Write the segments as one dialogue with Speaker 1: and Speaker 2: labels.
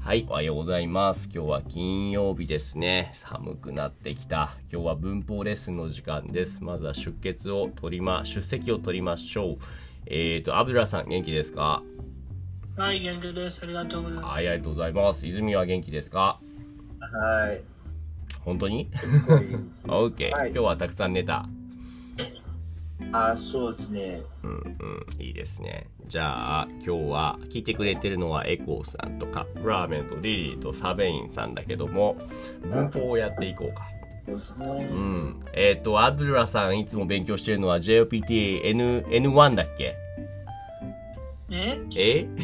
Speaker 1: はい、おはようございます。今日は金曜日ですね。寒くなってきた。今日は文法レッスンの時間です。まずは出血を取りま、出席を取りましょう。えっ、ー、と、アブドラさん、元気ですか
Speaker 2: はい、元気です。ありがとうございます。
Speaker 1: はい、ありがとうございます。泉は元気ですか
Speaker 3: はい。
Speaker 1: 本当 に ?OK、はい、今日はたくさん寝た。
Speaker 3: あそうですね。
Speaker 1: うんうん、いいですね。じゃあ、今日は聞いてくれてるのはエコーさんとか、ラーメンとリリーとサベインさんだけども、文法をやっていこうか。
Speaker 3: う,ね、
Speaker 1: うん。えっ、ー、と、アブラさんいつも勉強してるのは JOPT N、N1 だっけ
Speaker 2: え
Speaker 1: え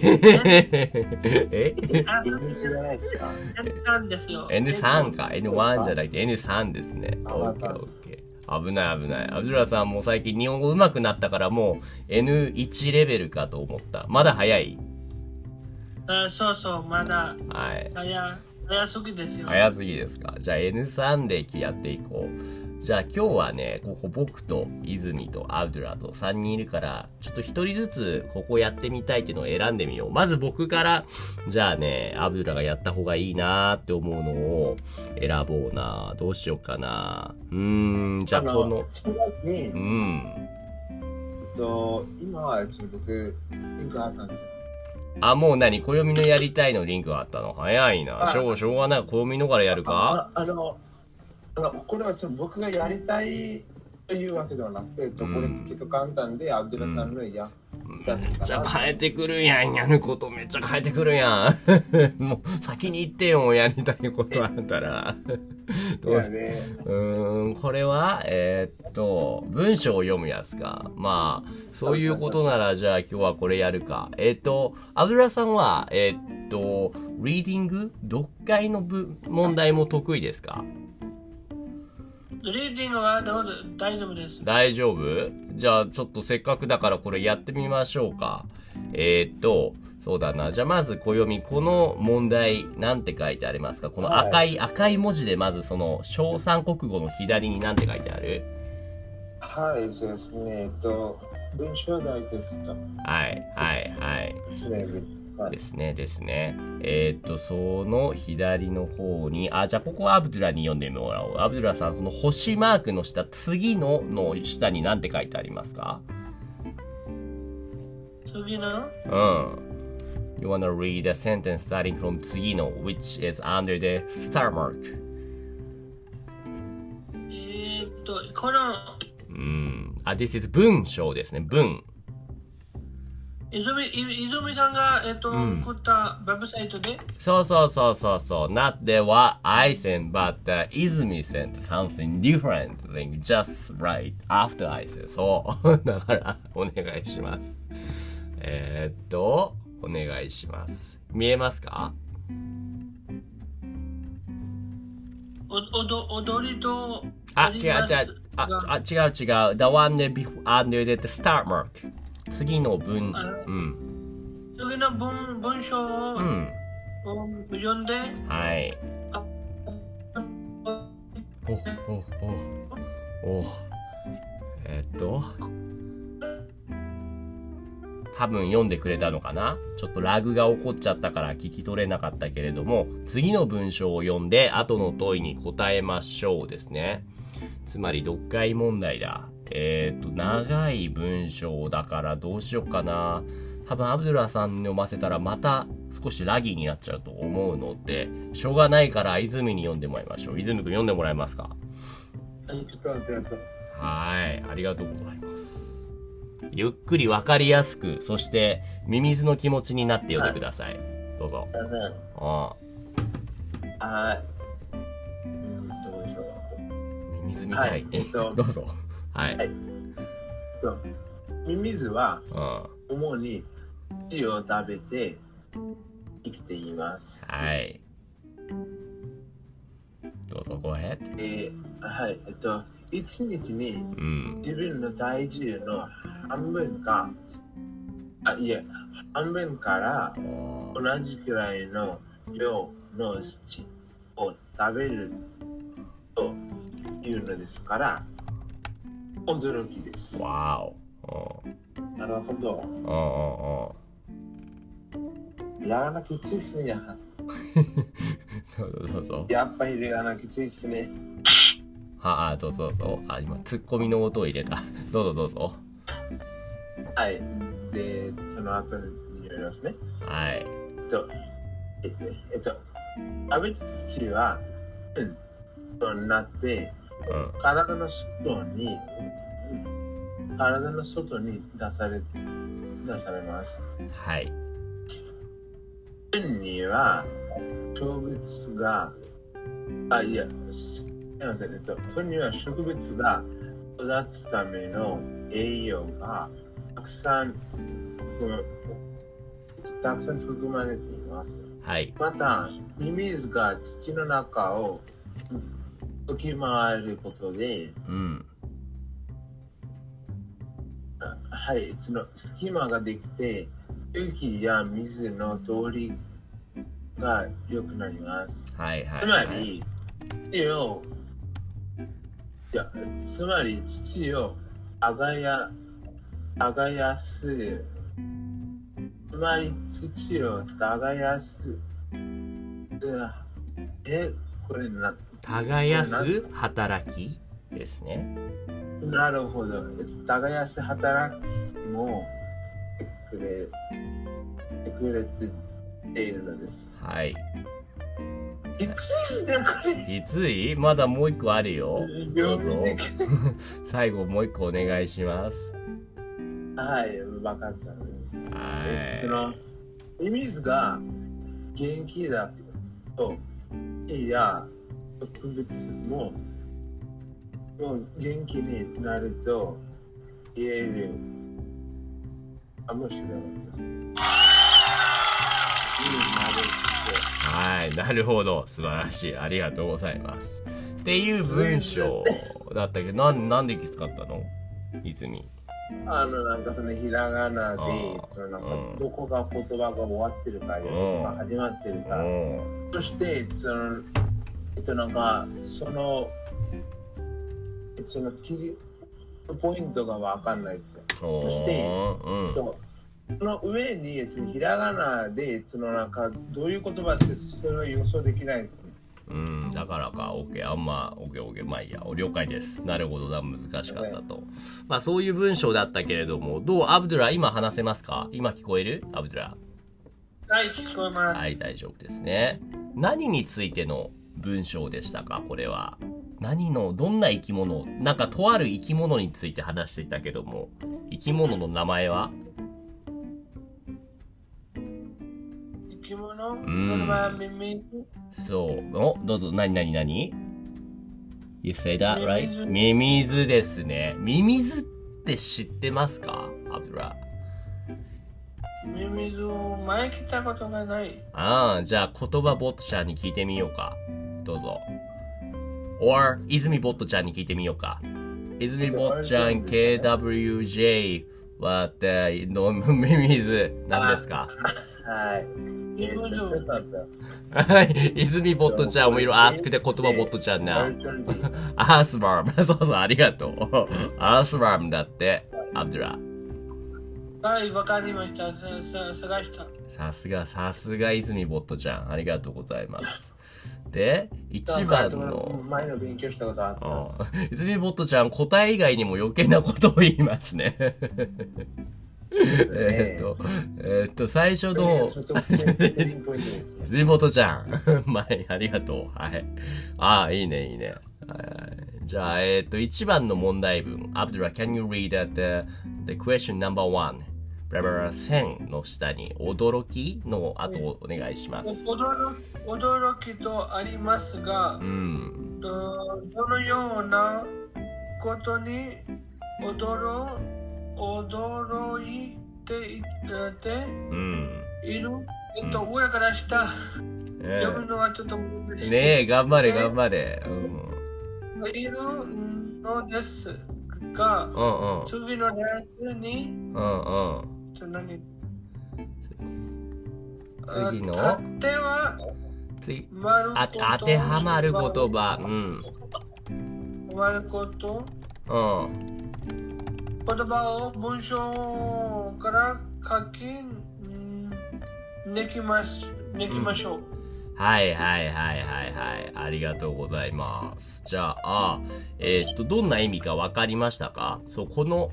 Speaker 3: え ?N じゃないですか。
Speaker 2: N3 ですよ。
Speaker 1: N3 か。N1 じゃなくて N3 ですね。OKOK。危ない危ない。アブドゥラさんも最近日本語上手くなったからもう N1 レベルかと思った。まだ早い
Speaker 2: あそうそう、まだ。
Speaker 1: はい。
Speaker 2: 早、早すぎですよ。
Speaker 1: 早すぎですか。じゃあ N3 でやっていこう。じゃあ今日はね、ここ僕と泉とアブドゥラと3人いるから、ちょっと1人ずつここやってみたいっていうのを選んでみよう。まず僕から、じゃあね、アブドゥラがやった方がいいなーって思うのを選ぼうなどうしようかなうーん、じゃあこの。。
Speaker 3: うんえっと、今はちょっと僕、リンクあったんですよ。
Speaker 1: あ、もう何暦のやりたいのリンクがあったの早いな。しょう、しょうがない。暦のからやるか
Speaker 3: あの、あのこれはちょっと僕がやりたいというわけではなくて、とこれ結構簡単で、アブドゥラさんのや、
Speaker 1: うん、めっちゃ変えてくるやん、やることめっちゃ変えてくるやん。 もう先に言ってよ、やりたいことあったら。
Speaker 3: どうね。
Speaker 1: うん、これは、えー、っと、文章を読むやつか。まあ、そういうことなら、じゃあ今日はこれやるか。えー、っと、アブドゥラさんは、えー、っと、リーディング読解の問題も得意ですか
Speaker 2: リーディングはどう大丈夫です。
Speaker 1: 大丈夫じゃあ、ちょっとせっかくだからこれやってみましょうか。えー、っと、そうだな。じゃあ、まず暦、この問題、なんて書いてありますかこの赤い、はい、赤い文字で、まずその、小三国語の左になんて書いてある
Speaker 3: はい、そうですね。えっと、文章題ですか。
Speaker 1: はい、はい、はい。はい、ですね、ですね。えー、っと、その左の方に、あ、じゃあここはアブドゥラに読んでもらおう。アブドゥラさん、この星マークの下、次のの下に何て書いてありますか
Speaker 2: 次の
Speaker 1: うん。You wanna read a sentence starting from 次の which is under the star mark.
Speaker 2: えっと、この。
Speaker 1: うん。あ、this is 文章ですね。文。
Speaker 2: 泉泉さんが、えっ、ー、と、うん、送ったウェブサイトで
Speaker 1: そうそうそうそうそう。Not the what I sent, but、uh, Izumi sent something different than just right after I sent. そう。だから、お願いします。えー、っと、お願いします。見えますか
Speaker 2: おおど踊りと、
Speaker 1: あ、違う違う。あ、あ違う違う。The one that before, under the start mark. 次の文、うん
Speaker 2: 次の文文章を、うん、読んで、
Speaker 1: はい。おおおおえー、っと、多分読んでくれたのかなちょっとラグが起こっちゃったから聞き取れなかったけれども、次の文章を読んで、後の問いに答えましょうですね。つまり読解問題だ。えっ、ー、と、長い文章だからどうしようかな。多分アブドゥラさんに読ませたらまた少しラギーになっちゃうと思うので、しょうがないから泉に読んでもらいましょう。泉くん読んでもらえますかはい、ありがとうございます。ゆっくりわかりやすく、そしてミミズの気持ちになって読んでください。どうぞ。
Speaker 3: ああ。
Speaker 1: ミミズみたい。えっ と、どうぞ。はい。
Speaker 3: ミミズは主に土を食べて生きています。
Speaker 1: はい。どうぞ、ごへ
Speaker 3: えー、はい。えっと、一日に自分の体重の半分か、あ、いえ、半分から同じくらいの量の土を食べるというのですから、驚きです。
Speaker 1: わ
Speaker 3: お。なるほど。
Speaker 1: おおお。
Speaker 3: やらなきゃですね。
Speaker 1: そうそうそうそう。
Speaker 3: やっぱ入れがなきついっすね。
Speaker 1: はあ、どうぞどうぞ。あ、今、ツッコミの音を入れた。どうぞどうぞ。
Speaker 3: はい。で、その後に言いますね。
Speaker 1: はい。
Speaker 3: えっと、えっと、えっと、アベテチは、うん、となって、
Speaker 1: うん。
Speaker 3: 体の外に、体の外に出され、出されます。
Speaker 1: はい。
Speaker 3: 天には植物が、あ、いや、すすみません、えっと、天には植物が育つための栄養がたくさん含む、たくさん含まれています。
Speaker 1: はい。
Speaker 3: また、ミミズが土の中を動き回ることで、
Speaker 1: うん。
Speaker 3: あはい、その隙間ができて、空気や水の通りが良くなります。
Speaker 1: はいはい、
Speaker 3: つま
Speaker 1: はい。
Speaker 3: り、土を、いや、つまり土を耕耕す、つまり土を耕す、うんえ、これな、
Speaker 1: 耕す働きですね。
Speaker 3: なるほど。耕す働きもしてくれ、してくれているのです。
Speaker 1: はい。
Speaker 3: いつですね、これ。
Speaker 1: きついまだもう一個あるよ。ど
Speaker 3: 両
Speaker 1: うぞ
Speaker 3: 面的。
Speaker 1: 最後もう一個お願いします。
Speaker 3: はい、わかったのです。
Speaker 1: は
Speaker 3: そのミミズが元気だといや植物ももう元気になると言えるかもしれないです。
Speaker 1: い。はい。なるほど。素晴らしい。ありがとうございます。っていう文章だったけど、なん、なんできつかったの泉。
Speaker 3: あのなんかそのひらがなで
Speaker 1: あー
Speaker 3: そのなんか
Speaker 1: うん
Speaker 3: どこが言葉が終わってるかよ
Speaker 1: うん
Speaker 3: とか始まってる
Speaker 1: う
Speaker 3: か
Speaker 1: ん。
Speaker 3: そして、その、えっと、なんか、その、えっと、その、切り、ポイントがわかんないですよ。
Speaker 1: お
Speaker 3: して
Speaker 1: ーうん。
Speaker 3: とその上に、えっと、ひらがなで、えっと、なんか、どういう言葉って、それは予想できないです。
Speaker 1: うん、だからか、OK、あんま、OK、OK、まあいいや、了解です。なるほどな、難しかったと。まあそういう文章だったけれども、どう、アブドゥラ、今話せますか今聞こえるアブドゥラ。
Speaker 2: はい、聞こえます。
Speaker 1: はい、大丈夫ですね。何についての文章でしたか、これは。何の、どんな生き物、なんかとある生き物について話していたけども、生き物の名前は
Speaker 2: 生き物、こ
Speaker 1: ん
Speaker 2: れはミミズ、
Speaker 1: そう。お、どうぞ、なになになに ?You say that, right? ミ
Speaker 2: ミ
Speaker 1: ミズですね。ミミズって知ってますかアブドゥラ。
Speaker 2: ミミズ、前来たことがない。
Speaker 1: ああ、じゃあ言葉ボットちゃんに聞いてみようか。どうぞ。or 泉ボットちゃんに聞いてみようか。泉ボットちゃん KWJ はってのミミズなんですか
Speaker 3: はい。
Speaker 2: ミミズ、
Speaker 1: はい泉ボットちゃんもいろ ask で言葉ボットちゃんな。アースバーム。 そうそう、ありがとう。アースバームだって、アブドゥラ。
Speaker 2: はい、わかりました。ささ探した。
Speaker 1: さすが、さすが泉ボットちゃん。ありがとうございます。で、一番の。
Speaker 3: 前の勉強したことあったんです。
Speaker 1: うん泉ボットちゃん答え以外にも余計なことを言いますねえーっとえーっと最初の
Speaker 3: それが特徴的なポイントですね
Speaker 1: 泉ボットちゃん 前ありがとうはいああいいねいいねはいじゃあえーっと1番の問題文 Abdullah can you read at the, the question number one ブラブラ1000の下に驚きの後をお願いします
Speaker 2: 驚驚きとありますが
Speaker 1: う、ん
Speaker 2: どどのようなことに驚驚いていて
Speaker 1: うん
Speaker 2: いる、えっと、上から下、
Speaker 1: え
Speaker 2: 読むのはちょっと難し
Speaker 1: え
Speaker 2: い。
Speaker 1: ねえ頑張れ頑張れうん
Speaker 2: いるのですが、
Speaker 1: うんうん
Speaker 2: 次のラスに、
Speaker 1: うんうん。
Speaker 2: ちょ何
Speaker 1: 次の
Speaker 2: あ立っては
Speaker 1: 次。
Speaker 2: 丸
Speaker 1: あ当てはまる言葉。うん。
Speaker 2: 丸こと
Speaker 1: う
Speaker 2: 言葉を文章から書きんできますできましょう、
Speaker 1: ん。はいはいはいはいはい。ありがとうございます。じゃあ、えーっと、どんな意味かわかりましたかそう、この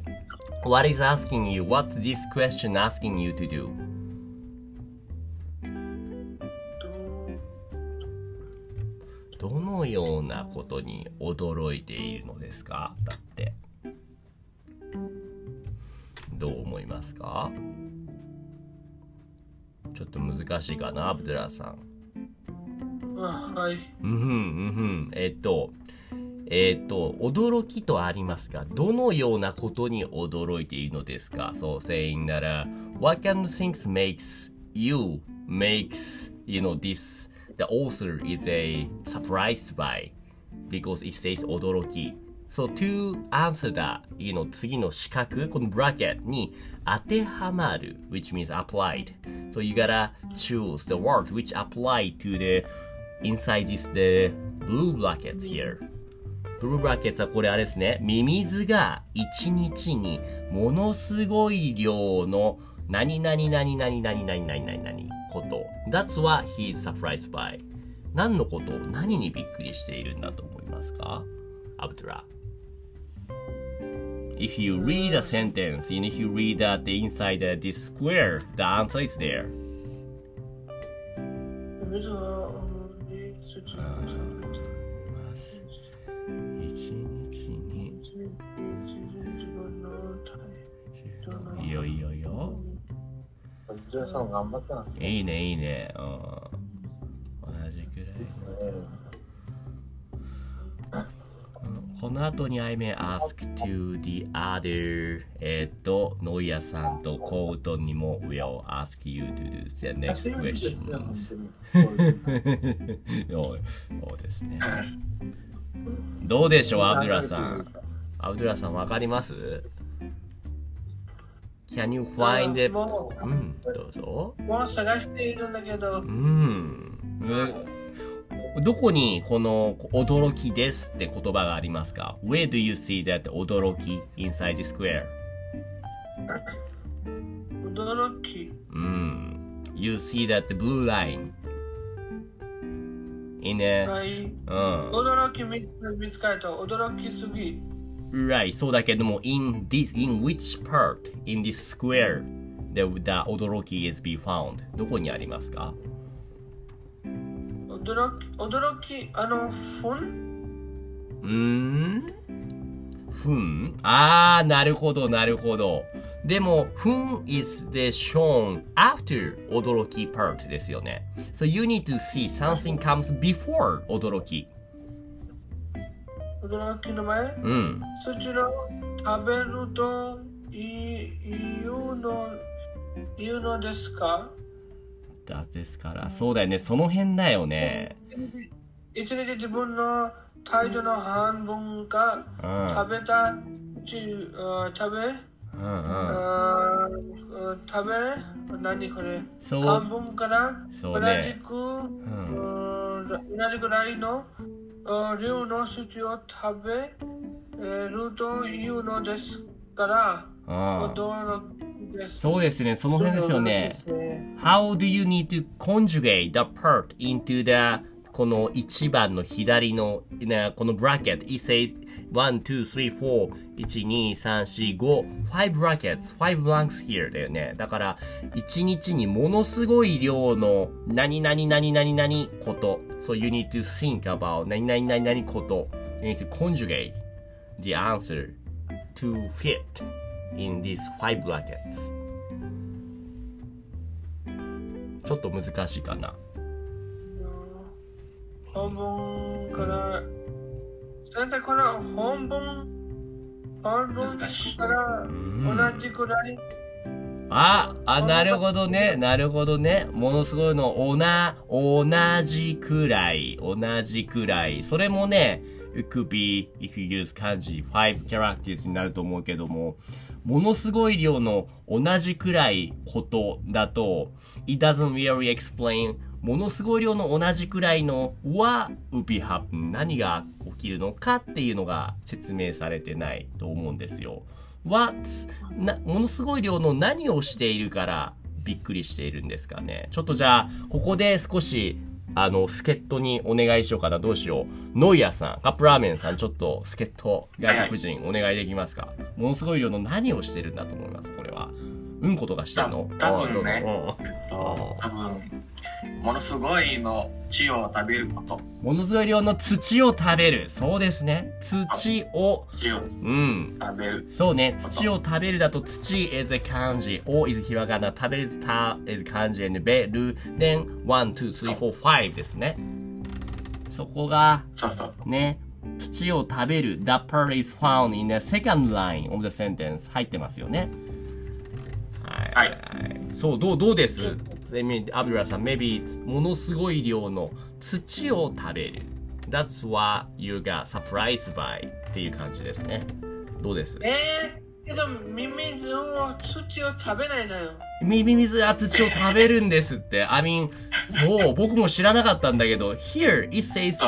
Speaker 1: What is asking you? What's this question asking you to do? どのようなことに驚いているのですかだって。どう思いますかちょっと難しいかな、アブドゥラさん。
Speaker 2: あはい。
Speaker 1: うんふんうんふんえっとえっと驚きとありますがどのようなことに驚いているのですかそう saying なら What kind of things makes you makes you know this the author is a surprised by because it says 驚き So to answer that, you know, 次の四角、この bracket に当てはまる、which means applied. So you gotta choose the word which apply to the inside is the blue brackets here. ブルーブラケッツはこれあれですね。ミミズが1日にものすごい量の何々何々何々何々何々こと。That's what he's surprised by. 何のことを何にびっくりしているんだと思いますかアブトラ。If you read a sentence and if you read that the inside this square, the answer is there.
Speaker 2: 水は主に土を食べて、
Speaker 1: 一日に。
Speaker 2: 自分の体との
Speaker 1: いいよいいよいいよ。
Speaker 3: お嬢さん頑張ってますね。
Speaker 1: いいねいいね。うん。同じくらい。この後に I may ask to the other えーっと、ノイアさんとコートンにも will ask you to do the next question. そうそうですね。どうでしょう、アブドゥラさん。アブドゥラさん、わかります ?Can you find it?
Speaker 2: も
Speaker 1: う、
Speaker 2: うん
Speaker 1: どうぞ。
Speaker 2: もう探しているんだけど
Speaker 1: う、ん。えどこにこの驚きですって言葉がありますか ?Where do you see that 驚き inside the square?
Speaker 2: 驚き、
Speaker 1: うん。You see that the blue line in a
Speaker 2: はい
Speaker 1: うん。
Speaker 2: 驚き見つ見つかれた、驚きすぎ、
Speaker 1: Right. そうだけども in this in which part in this square the the 驚き is be found どこにありますか
Speaker 2: 驚き、驚き、あの、ふん
Speaker 1: うーんふんああ、なるほど、なるほど。でも、ふん is the shown after 驚き part ですよね。So you need to see something comes before 驚き。
Speaker 2: 驚きの前、
Speaker 1: うん。
Speaker 2: そちらを食べるといい言うの、言うのですか
Speaker 1: だですから、そうだよね。その辺だよね。
Speaker 2: 一日自分の体重の半分が
Speaker 1: うん。
Speaker 2: 食べた、ちあー食べ、
Speaker 1: うんうん。
Speaker 2: あー食べ、何これ
Speaker 1: そう
Speaker 2: 半分から
Speaker 1: そう
Speaker 2: 同
Speaker 1: ね
Speaker 2: じく、うん同じぐらいのあー量の土を食べえーるというのですから、
Speaker 1: うん。
Speaker 2: 驚きです。
Speaker 1: そうですね。その辺ですよね。How do you need to conjugate the part into the この1番の左のなこの bracket it says 1 2 3 4 1 2 3 4 5 5 brackets 5 blanks here だよねだから1日にものすごい量の何々何々何々こと so you need to think about 何々何々こと you need to conjugate the answer to fit in these 5 brackets ちょっと難しいかな
Speaker 2: 本文から、先生これ本文、本文から同じくらい、
Speaker 1: あ、あ、なるほどね、なるほどね。ものすごいの、おな、同じくらい、同じくらい。それもね、it could be, if you use 漢字5 characters になると思うけども、ものすごい量の同じくらいことだと、it doesn't really explain ものすごい量の同じくらいの what would be happen 何が起きるのかっていうのが説明されてないと思うんですよ。What's なものすごい量の何をしているからびっくりしているんですかねちょっとじゃあここで少しあの、助っ人にお願いしようかな。どうしよう。ノイヤさん、カップラーメンさん、ちょっと助っ人、外国人、お願いできますかものすごい量の何をしてるんだと思います、これは。うんことかしてんの
Speaker 4: た多分ね
Speaker 1: うん
Speaker 4: えっと、多分ものすごいの地を食べること
Speaker 1: ものすごい量の土を食べる。そうですね。土を、
Speaker 4: 地を
Speaker 1: うん。
Speaker 4: 食べる
Speaker 1: そうね。土を食べるだと、土 is a 漢字、お is ひらがな、食べる is た is 漢字、and べる、then 1、2、3、4、5ですね。そこが、
Speaker 4: そうそう
Speaker 1: ね。土を食べる、the pearl is found in the second line of the sentence 入ってますよね。はい。そう、どう、どうですえみアブラさん、maybe it's ものすごい量の土を食べる。That's what you got surprised by っていう感じですね。どうです
Speaker 2: えー、けどミミズは土を食べないだよ。
Speaker 1: ミミミズは土を食べるんですって。I mean, そう、僕も知らなかったんだけど、Here it says
Speaker 4: そ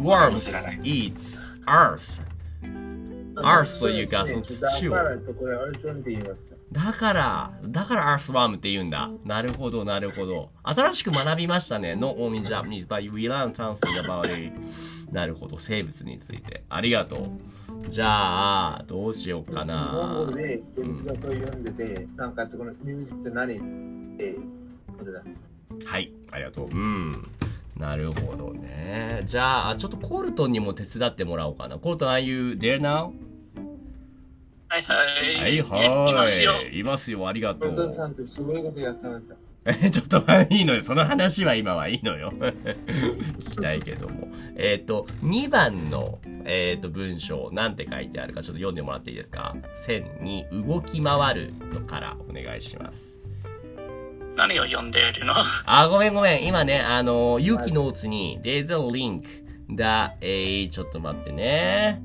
Speaker 4: う
Speaker 1: worms
Speaker 4: 知らない
Speaker 1: eats earth. Earth というか、その土を
Speaker 3: だ。からとこれ、アルトンって言います。
Speaker 1: だから、だからアースワームって言うんだ。なるほど、なるほど。新しく学びましたね。Not only Japanese, but we learn something about it. なるほど、生物について。ありがとう。じゃあ、どうしようか
Speaker 3: 日本
Speaker 1: な
Speaker 3: 語。で、動物の声を読んでて、なんか、このミミズって何ってことだ。
Speaker 1: はい、ありがとう。うん。なるほどね。じゃあ、ちょっとコルトンにも手伝ってもらおうかな。コルトン、are you there now?
Speaker 2: はいはい
Speaker 1: はい
Speaker 2: いますよ
Speaker 1: はい。いますよ、ありがと
Speaker 3: トントンさ
Speaker 1: う。
Speaker 3: んとすごいことやってました。
Speaker 1: え ちょっとまあいいのよ。その話は今はいいのよ。 聞きたいけども。えっ、と、2番の、えー、と文章、なんて書いてあるかちょっと読んでもらっていいですか線に動き回るのからお願いします。
Speaker 4: 何を読んでいるの
Speaker 1: あ、ごめんごめん。今ね、あの、ゆきノーツに、there's a link that, えー、ちょっと待ってね。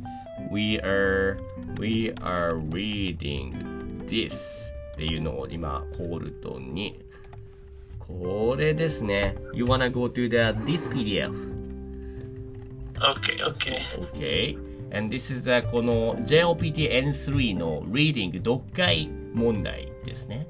Speaker 1: we are, we are reading this っていうのを今、コールトンに。これですね。you wanna go to the, this PDF.
Speaker 4: ?OKOK、OK
Speaker 1: Okay. And this is the この JOPTN3 の reading 読解問題ですね。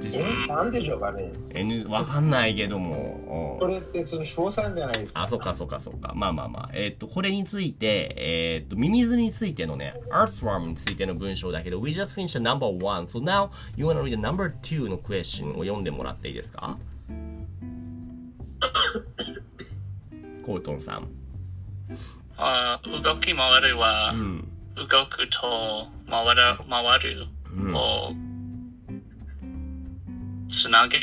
Speaker 1: This
Speaker 3: なんでしょうかね
Speaker 1: N わかんないけども。う
Speaker 3: こ
Speaker 1: ん
Speaker 3: れって、その、賞賛じゃないですか。
Speaker 1: あ、そっかそっかそっか。まあまあまあ。えっ、と、これについて、えっ、と、ミミズについてのね、Earthworm についての文章だけど、We just finished number one. So now you wanna read the number two の question を読んでもらっていいですかコートンさん。
Speaker 4: あー動き回るは、
Speaker 1: うん。
Speaker 4: 動くと回ら回る
Speaker 1: うん
Speaker 4: をつなげ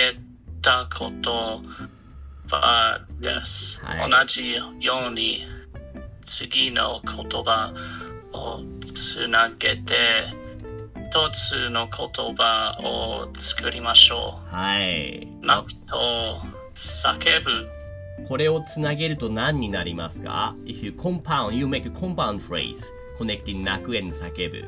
Speaker 4: たこと葉です、
Speaker 1: はい
Speaker 4: 同じように次の言葉をつなげて一つの言葉を作りましょ
Speaker 1: はい。
Speaker 4: う泣くと叫ぶ
Speaker 1: これをつなげると何になりますか ?If you compound, you make a compound phrase. Connecting 泣く and 叫ぶ。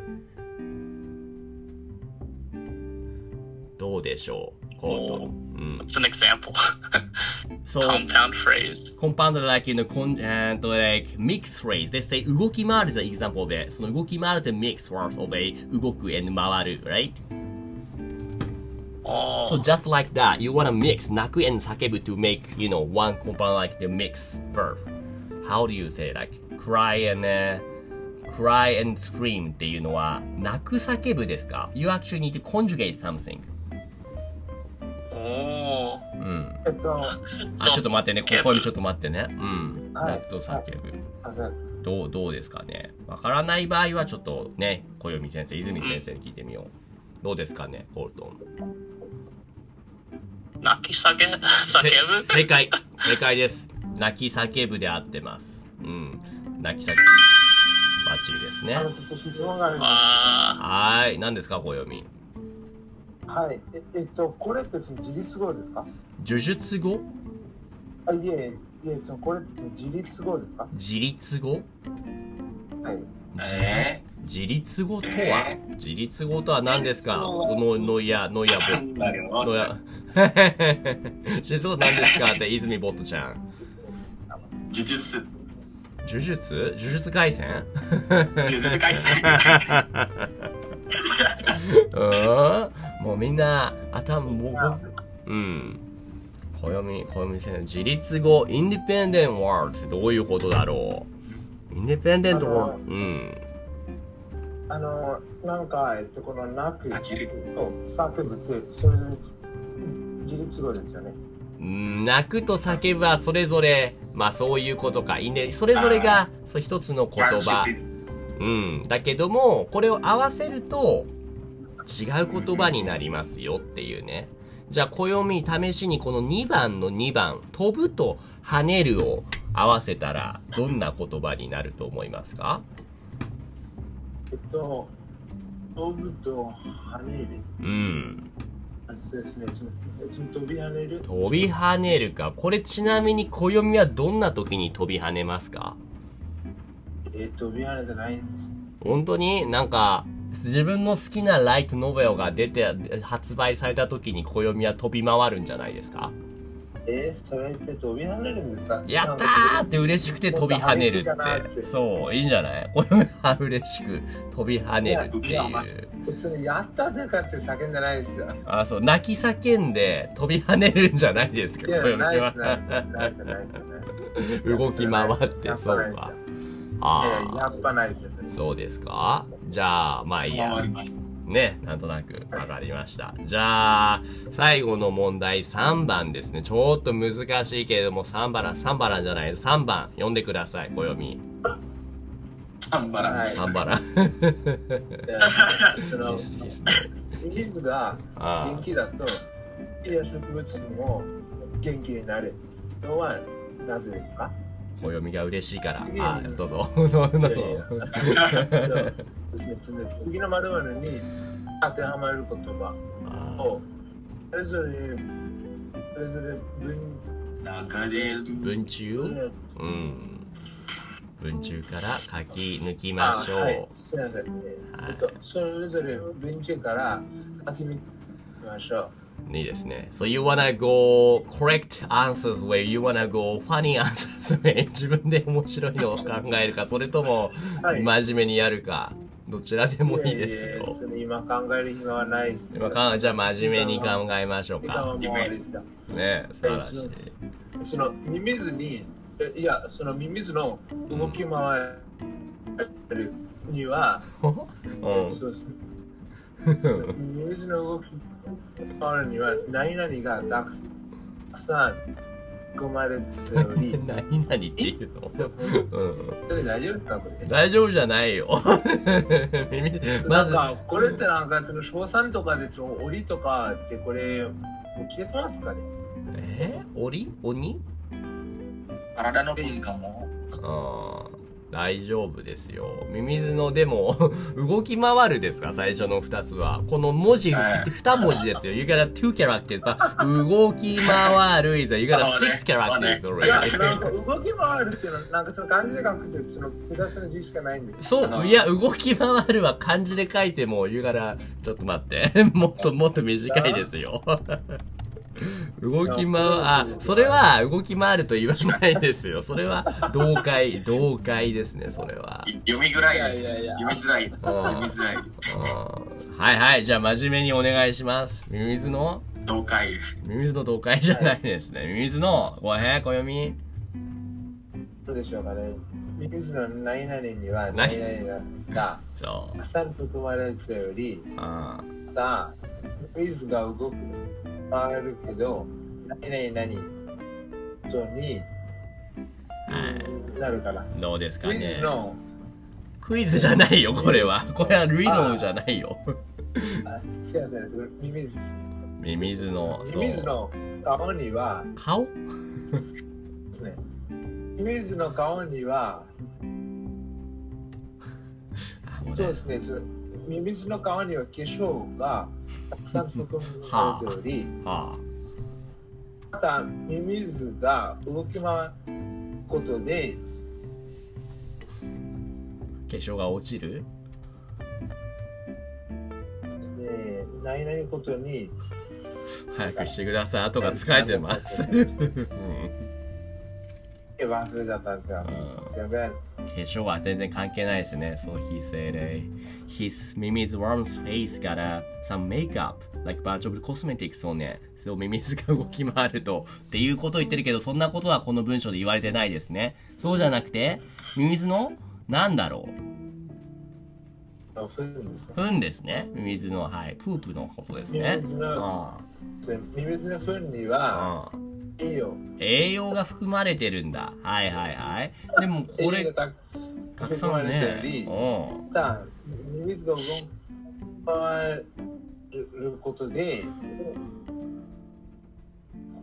Speaker 1: どうでしょうコートン。
Speaker 4: It's an example
Speaker 1: うん。 そう。
Speaker 4: compound phrase
Speaker 1: compound like in a con, and like mix phrase. They say 動き回る is an example of it. その動き回る is a mix word of a 動く and 回る、right?
Speaker 4: お
Speaker 1: So just like that, you wanna mix 泣く and 叫ぶ to make, you know, one compound like the mix verb. How do you say like cry and、cry and scream っていうのは泣く叫ぶですか ?You actually need to conjugate something.
Speaker 4: お
Speaker 1: うん。
Speaker 3: えっと、あ、
Speaker 1: あ、ちょっと待ってね。ここにちょっと待ってね。うん。
Speaker 3: はい
Speaker 1: 泣くと叫ぶ。
Speaker 3: そう
Speaker 1: どう、どうですかねわからない場合はちょっとね、小読み先生、泉先生に聞いてみよう。どうですかね、コールトン。
Speaker 4: 泣き叫ぶ叫ぶ
Speaker 1: せ正解正解です泣き叫ぶで合ってますうん泣き叫ぶバッチリです
Speaker 3: あの、
Speaker 1: ね
Speaker 3: ちょっと質問があるんで
Speaker 4: あー
Speaker 1: はーい何ですか小読み
Speaker 3: す。はい。ええっと、これって、その、自立語ですか
Speaker 1: 呪術語
Speaker 3: あ、いえ、いえ、その、これって、その、自立語ですか
Speaker 1: 自立語
Speaker 3: はい。
Speaker 1: 自
Speaker 4: え
Speaker 1: 自立語とは自立語とは何ですか
Speaker 4: 自立語は
Speaker 1: ののいやのいや
Speaker 4: ー、なんだ
Speaker 1: ぼのい
Speaker 4: よ。
Speaker 1: や 自立語何ですかって泉ボットちゃん
Speaker 4: 呪術、
Speaker 1: 呪術呪術廻戦
Speaker 4: 呪術回戦。
Speaker 1: うんもうみんな頭もううん暦、暦先生、自立語、インディペンデントワールドってどういうことだろうインディペンデントワールド、うん。
Speaker 3: あの、なんか、えっと、このなく、自立と作物、それ自立語ですよね。
Speaker 1: うん泣くと叫ぶはそれぞれ、まあそういうことか。いいね。それぞれが、そう一つの言葉。うん。だけども、これを合わせると、違う言葉になりますよっていうね。じゃあ、暦、試しにこの2番の2番、飛ぶと跳ねるを合わせたら、どんな言葉になると思いますか
Speaker 3: えっと、飛ぶと跳ね
Speaker 1: う
Speaker 3: る。
Speaker 1: ん。
Speaker 3: あそうですね、ちょっとちょっと飛び跳ねる。
Speaker 1: 飛び跳ねるか。これちなみに暦はどんな時に飛び跳ねますか
Speaker 3: えっと、飛び跳ねてないんです。
Speaker 1: 本当になんか自分の好きなライトノベルが出て発売された時に暦は飛び回るんじゃないですか
Speaker 3: えー、それって飛び跳ねるんですか
Speaker 1: やったーって嬉しくて飛び跳ねるってそういいんじゃない暦は嬉しく飛び跳ねるっていう
Speaker 3: 普通にやったとかって叫んでな いですよ。
Speaker 1: あそう泣き叫んで飛び跳ねるんじゃないですか
Speaker 3: いや、
Speaker 1: 暦
Speaker 3: ないです、ないです、
Speaker 1: は
Speaker 3: ないです、ないですないです。
Speaker 1: 動き回ってそうかあ
Speaker 3: えーや
Speaker 1: あ
Speaker 3: っぱないですよ。
Speaker 1: そうですかじゃあまあいいや
Speaker 4: わりました。
Speaker 1: ね、なんとなくわかりました。じゃあ、最後の問題3番ですね。ちょっと難しいけれども、3番、3番じゃない、3番、読んでください、暦。
Speaker 4: サンバランス。
Speaker 1: 3番。
Speaker 3: でその
Speaker 1: ですです
Speaker 3: リスが
Speaker 1: あ
Speaker 3: 元気だと、いや植物も元気になるのはなぜですか
Speaker 1: ー暦が嬉しいから
Speaker 3: い。や
Speaker 1: あ
Speaker 3: いや
Speaker 1: ーどうぞ。どうぞ
Speaker 3: いやいやそうですね次の〇〇に当てはまる言葉
Speaker 1: あー
Speaker 3: をそれぞれそれぞれ分
Speaker 4: 流れる。
Speaker 1: 文中うん。文中から書き抜きましょう。
Speaker 3: あはい、すいません、ね
Speaker 1: はい
Speaker 3: えっとそれぞれ文中から書き抜きましょ
Speaker 1: いいですね。So you wanna go correct answers way, you wanna go funny answers way. 自分で面白いのを考えるか、それとも
Speaker 3: う。はい、
Speaker 1: 真面目にやるか、どちらでもいいです
Speaker 3: やや
Speaker 1: よ。
Speaker 3: それ今考える暇はないです。
Speaker 1: 今かじゃあ真面目に考えましょう
Speaker 3: 今は
Speaker 1: か。
Speaker 3: もうあれですよ。
Speaker 1: ね素晴らしい。
Speaker 3: そのミミズに、えいや、そのミミズの動き回るには、
Speaker 1: う
Speaker 3: そうですね
Speaker 1: ん。、
Speaker 3: ミミズの動き回るには、何々がたくたくさん含まれており
Speaker 1: 何々っていうのうん。
Speaker 3: それ大丈夫ですかこれ。
Speaker 1: 大丈夫じゃないよ。 耳、まず、
Speaker 3: なんかこれってなんかその賞賛とかでその檻とかってこれもう消えてますかね
Speaker 1: えー、檻鬼
Speaker 4: 体の文化も。
Speaker 1: あー大丈夫ですよ。ミミズの、でも、 動き回るですか最初の二つは。この文字、
Speaker 4: はい
Speaker 1: 二文字ですよ。You got two characters, but 動き回る is, you got
Speaker 4: そうね
Speaker 1: six characters
Speaker 4: そう
Speaker 3: いや
Speaker 1: already.
Speaker 3: なんか動き回るっていうのはなんかその漢字で書くってその複雑な字しかないんです
Speaker 1: そう、いや、動き回るは漢字で書いても、言うから、ちょっと待って。 もっともっと短いですよ。動き回る、あ、それは動き回ると言わないですよ。それは、同解、同解ですね、それは。
Speaker 4: 読みぐら
Speaker 3: いやい
Speaker 4: い。
Speaker 3: やいや
Speaker 4: 読みづらい。読みづらい。
Speaker 1: うんはいはい、じゃあ真面目にお願いします。ミミズの
Speaker 4: 同解。
Speaker 1: ミミズの同解じゃないですね。ミミズの、ごめん、暦。
Speaker 3: どうでしょうかね。ミミズの何々には
Speaker 1: 何
Speaker 3: 何々が
Speaker 1: そ
Speaker 3: たくさん含まれており、
Speaker 1: う。あ
Speaker 3: またミミズが動く、回るけど、何々何と
Speaker 1: ー
Speaker 3: に
Speaker 1: はい。
Speaker 3: なるから。
Speaker 1: どうですか
Speaker 3: ミミズ
Speaker 1: ね。
Speaker 3: の、
Speaker 1: クイズじゃないよ、これは。これは理論じゃないよ。
Speaker 3: あすいません、ミミズ、
Speaker 1: ミミズの、そ
Speaker 3: ミミズ
Speaker 1: う。
Speaker 3: の顔には
Speaker 1: 顔
Speaker 3: ですね、ミミズの顔には、
Speaker 1: あもう
Speaker 3: そう
Speaker 1: ね
Speaker 3: ですね、ちょミミズの顔には化粧がたくさん含まれており、
Speaker 1: は
Speaker 3: またミミズが動き回ることで
Speaker 1: あ、化粧が落ちる
Speaker 3: えー何々ことに
Speaker 1: 早くしてください。後が疲れてます。うん
Speaker 3: え忘れちゃったんですよ
Speaker 1: う。ん
Speaker 3: すいません。
Speaker 1: 化粧は全然関係ないですね。そう、his LA。his Mimi's warm face から some makeup, like bunch of cosmetics on it. So Mimi's が動き回ると。っていうことを言ってるけど、そんなことはこの文章で言われてないですね。そうじゃなくて、Mimi's のなんだろう
Speaker 3: あふんですね。
Speaker 1: 糞ですね。Mimi's の、はい。プープのことですね。
Speaker 3: Mimi's の
Speaker 1: あ
Speaker 3: でミミズのふんに
Speaker 1: あ
Speaker 3: は、
Speaker 1: ああ
Speaker 3: いいよ。
Speaker 1: 栄養が含まれてるんだ。はいはいはい。でもこ
Speaker 3: 栄養
Speaker 1: れ、
Speaker 3: が
Speaker 1: たくさん
Speaker 3: 含まれて
Speaker 1: ね。
Speaker 3: る
Speaker 1: うん。
Speaker 3: さミミズが動かることで、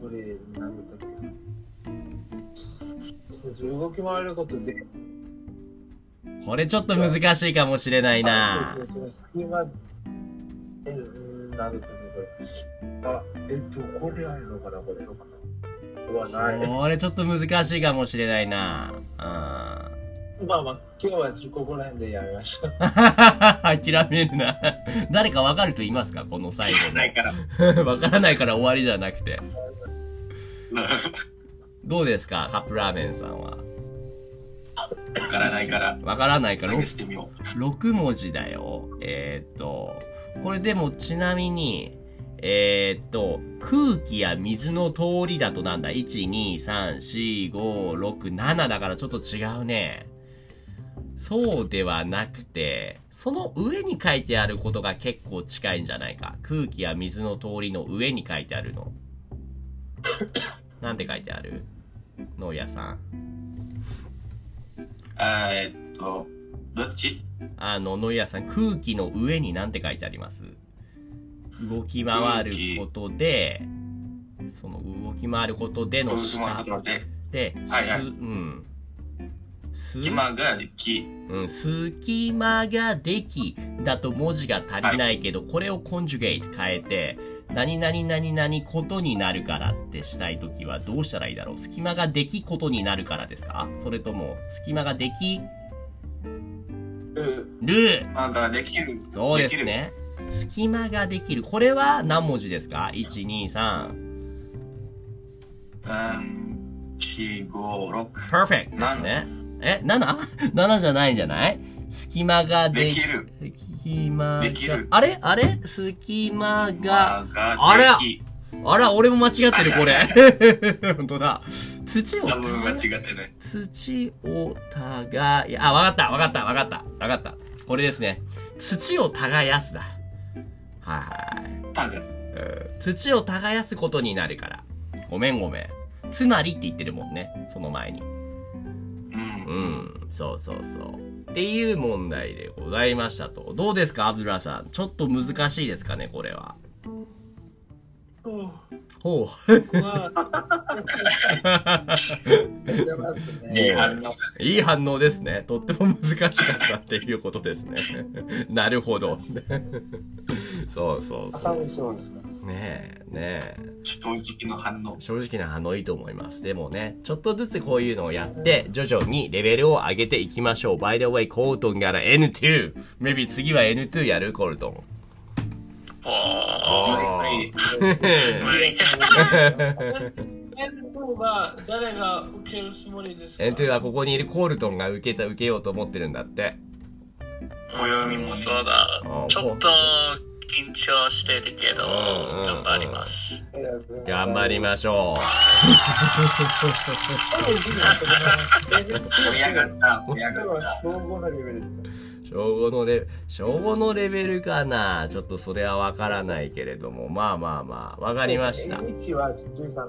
Speaker 3: これ、なんだったっけ動き回ることで、
Speaker 1: これちょっと難しいかもしれないな
Speaker 3: あそう。そうそう隙間えうんなんだったっけこれ。あ、えっと、これあるのかな、これのかな。うわ、ない。
Speaker 1: これちょっと難しいかもしれないな。あ
Speaker 3: まあまあ、今日はちょっとここら辺でやめました。
Speaker 1: ー 諦めるな。誰かわかる人いますかこの最
Speaker 4: ないから。
Speaker 1: 後の。 わからないから終わりじゃなくて。
Speaker 4: わ
Speaker 1: どうですかカップラーメンさんは。
Speaker 4: からないから。
Speaker 1: わからないから
Speaker 4: 探してみよ
Speaker 1: 6文字だよ。えーっと、これでもちなみに、えーっと、空気や水の通りだとなんだ ?1、2、3、4、5、6、7だからちょっと違うね。そうではなくて、その上に書いてあることが結構近いんじゃないか。空気や水の通りの上に書いてあるの。なんて書いてある農家さん。
Speaker 4: う。あーえっと、どっち
Speaker 1: あの、野井さん、空気の上に何て書いてあります動き回ることで、その動き回ることで
Speaker 4: ど
Speaker 1: の
Speaker 4: うし
Speaker 1: 下
Speaker 4: ますかで、
Speaker 1: で、す、
Speaker 4: はいは
Speaker 1: う
Speaker 4: い
Speaker 1: ん。す、
Speaker 4: 今ができ、
Speaker 1: うん、隙間ができだと文字が足りないけど、これをコンジュゲイト変えて、何々何々ことになるからってしたいときはどうしたらいいだろう隙間ができことになるからですかそれとも、隙間ができ
Speaker 3: うん
Speaker 1: る
Speaker 4: 今ができる。
Speaker 1: そうですね。隙間ができる。これは何文字ですか ?1、2、3。
Speaker 4: できる。うん、4、5、6。
Speaker 1: perfect ですね。え、7?7 じゃないんじゃない隙間がで
Speaker 4: で
Speaker 1: き
Speaker 4: きる。
Speaker 1: 隙間
Speaker 4: でき
Speaker 1: が
Speaker 4: る。
Speaker 1: あれあれ隙間が。
Speaker 4: が
Speaker 1: あれ
Speaker 4: でき。
Speaker 1: あら、俺も間違ってる、これ。 本当だ。土を
Speaker 4: 多分間違ってない。
Speaker 1: 土を耕いあわかったわかったわかったわかったこれですね土を耕すだはい
Speaker 4: 多分。
Speaker 1: うん土を耕すことになるからごめんごめんつまりって言ってるもんねその前に
Speaker 4: うん。
Speaker 1: うんそうそうそうっていう問題でございましたとどうですかアブドゥラさんちょっと難しいですかねこれは
Speaker 2: お
Speaker 1: ほ
Speaker 2: わあ
Speaker 3: やってますね。
Speaker 4: いい反
Speaker 1: う
Speaker 4: 応。
Speaker 1: いい反応ですねとっても難しかったっていうことですね なるほど そうそうそ
Speaker 3: 朝
Speaker 1: う
Speaker 3: もそうですね。
Speaker 1: ねえねえ
Speaker 4: 正直の反応。
Speaker 1: 正直な反応いいと思います。でもね、ちょっとずつこういうのをやって、徐々にレベルを上げていきましょう。By the way, コートンから N2。maybe 次は N2 やるコートン。
Speaker 4: おー。
Speaker 1: はい
Speaker 4: 無理。
Speaker 2: N2 は誰が受けるつもりですか
Speaker 1: N2 はここにいるコールトンが受けた、受けようと思ってるんだって。
Speaker 4: 暦もね。そうだ
Speaker 1: あー
Speaker 4: ちょっと緊張してるけど、
Speaker 1: うんうん
Speaker 4: 頑張ります。
Speaker 1: 頑張りましょ
Speaker 3: 今
Speaker 4: 盛り上がった、盛り上
Speaker 3: 日
Speaker 4: がっ
Speaker 3: は
Speaker 4: た。
Speaker 3: 総合のレベルです。
Speaker 1: う。小五のレ、小五のレベルかなちょっとそれはわからないけれども、まあまあまあ、わかりました。
Speaker 3: N1 は13ですよ。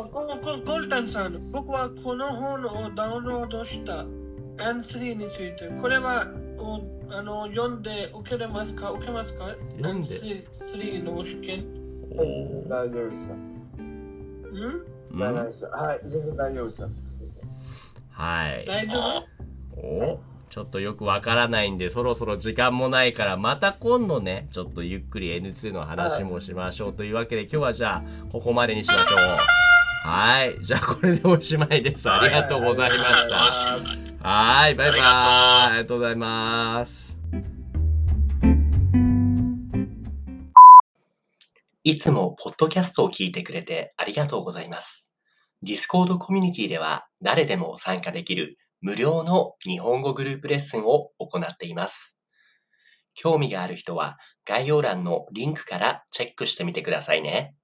Speaker 2: あコココルタンさん、僕はこの本をダウンロードした N3 について、これはおあの読んで受けれますか受けますか
Speaker 1: 読んで
Speaker 2: ?N3 の試験。
Speaker 1: おー
Speaker 3: 大丈夫ですよ。
Speaker 2: うん
Speaker 1: う
Speaker 3: 大丈夫
Speaker 1: ん
Speaker 3: ですよ。はい、全然大丈夫ですよ。
Speaker 1: はい。
Speaker 2: 大丈夫
Speaker 1: おちょっとよくわからないんで、そろそろ時間もないから、また今度ね、ちょっとゆっくり N2 の話もしましょうというわけで、今日はじゃあ、ここまでにしましょう。はい。じゃあ、これでおしまいです。ありがとうございました。
Speaker 4: あー
Speaker 1: はい。バイバイ。あ
Speaker 4: あ
Speaker 1: りがとうございます。いつもポッドキャストを聞いてくれてありがとうございます。 Discord コミュニティでは誰でも参加できる無料の日本語グループレッスンを行っています。興味がある人は概要欄のリンクからチェックしてみてくださいね。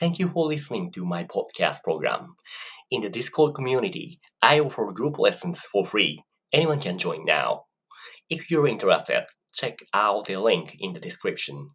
Speaker 1: Thank you for listening to my podcast program. In the Discord community, I offer group lessons for free. Anyone can join now. If you're interested, check out the link in the description.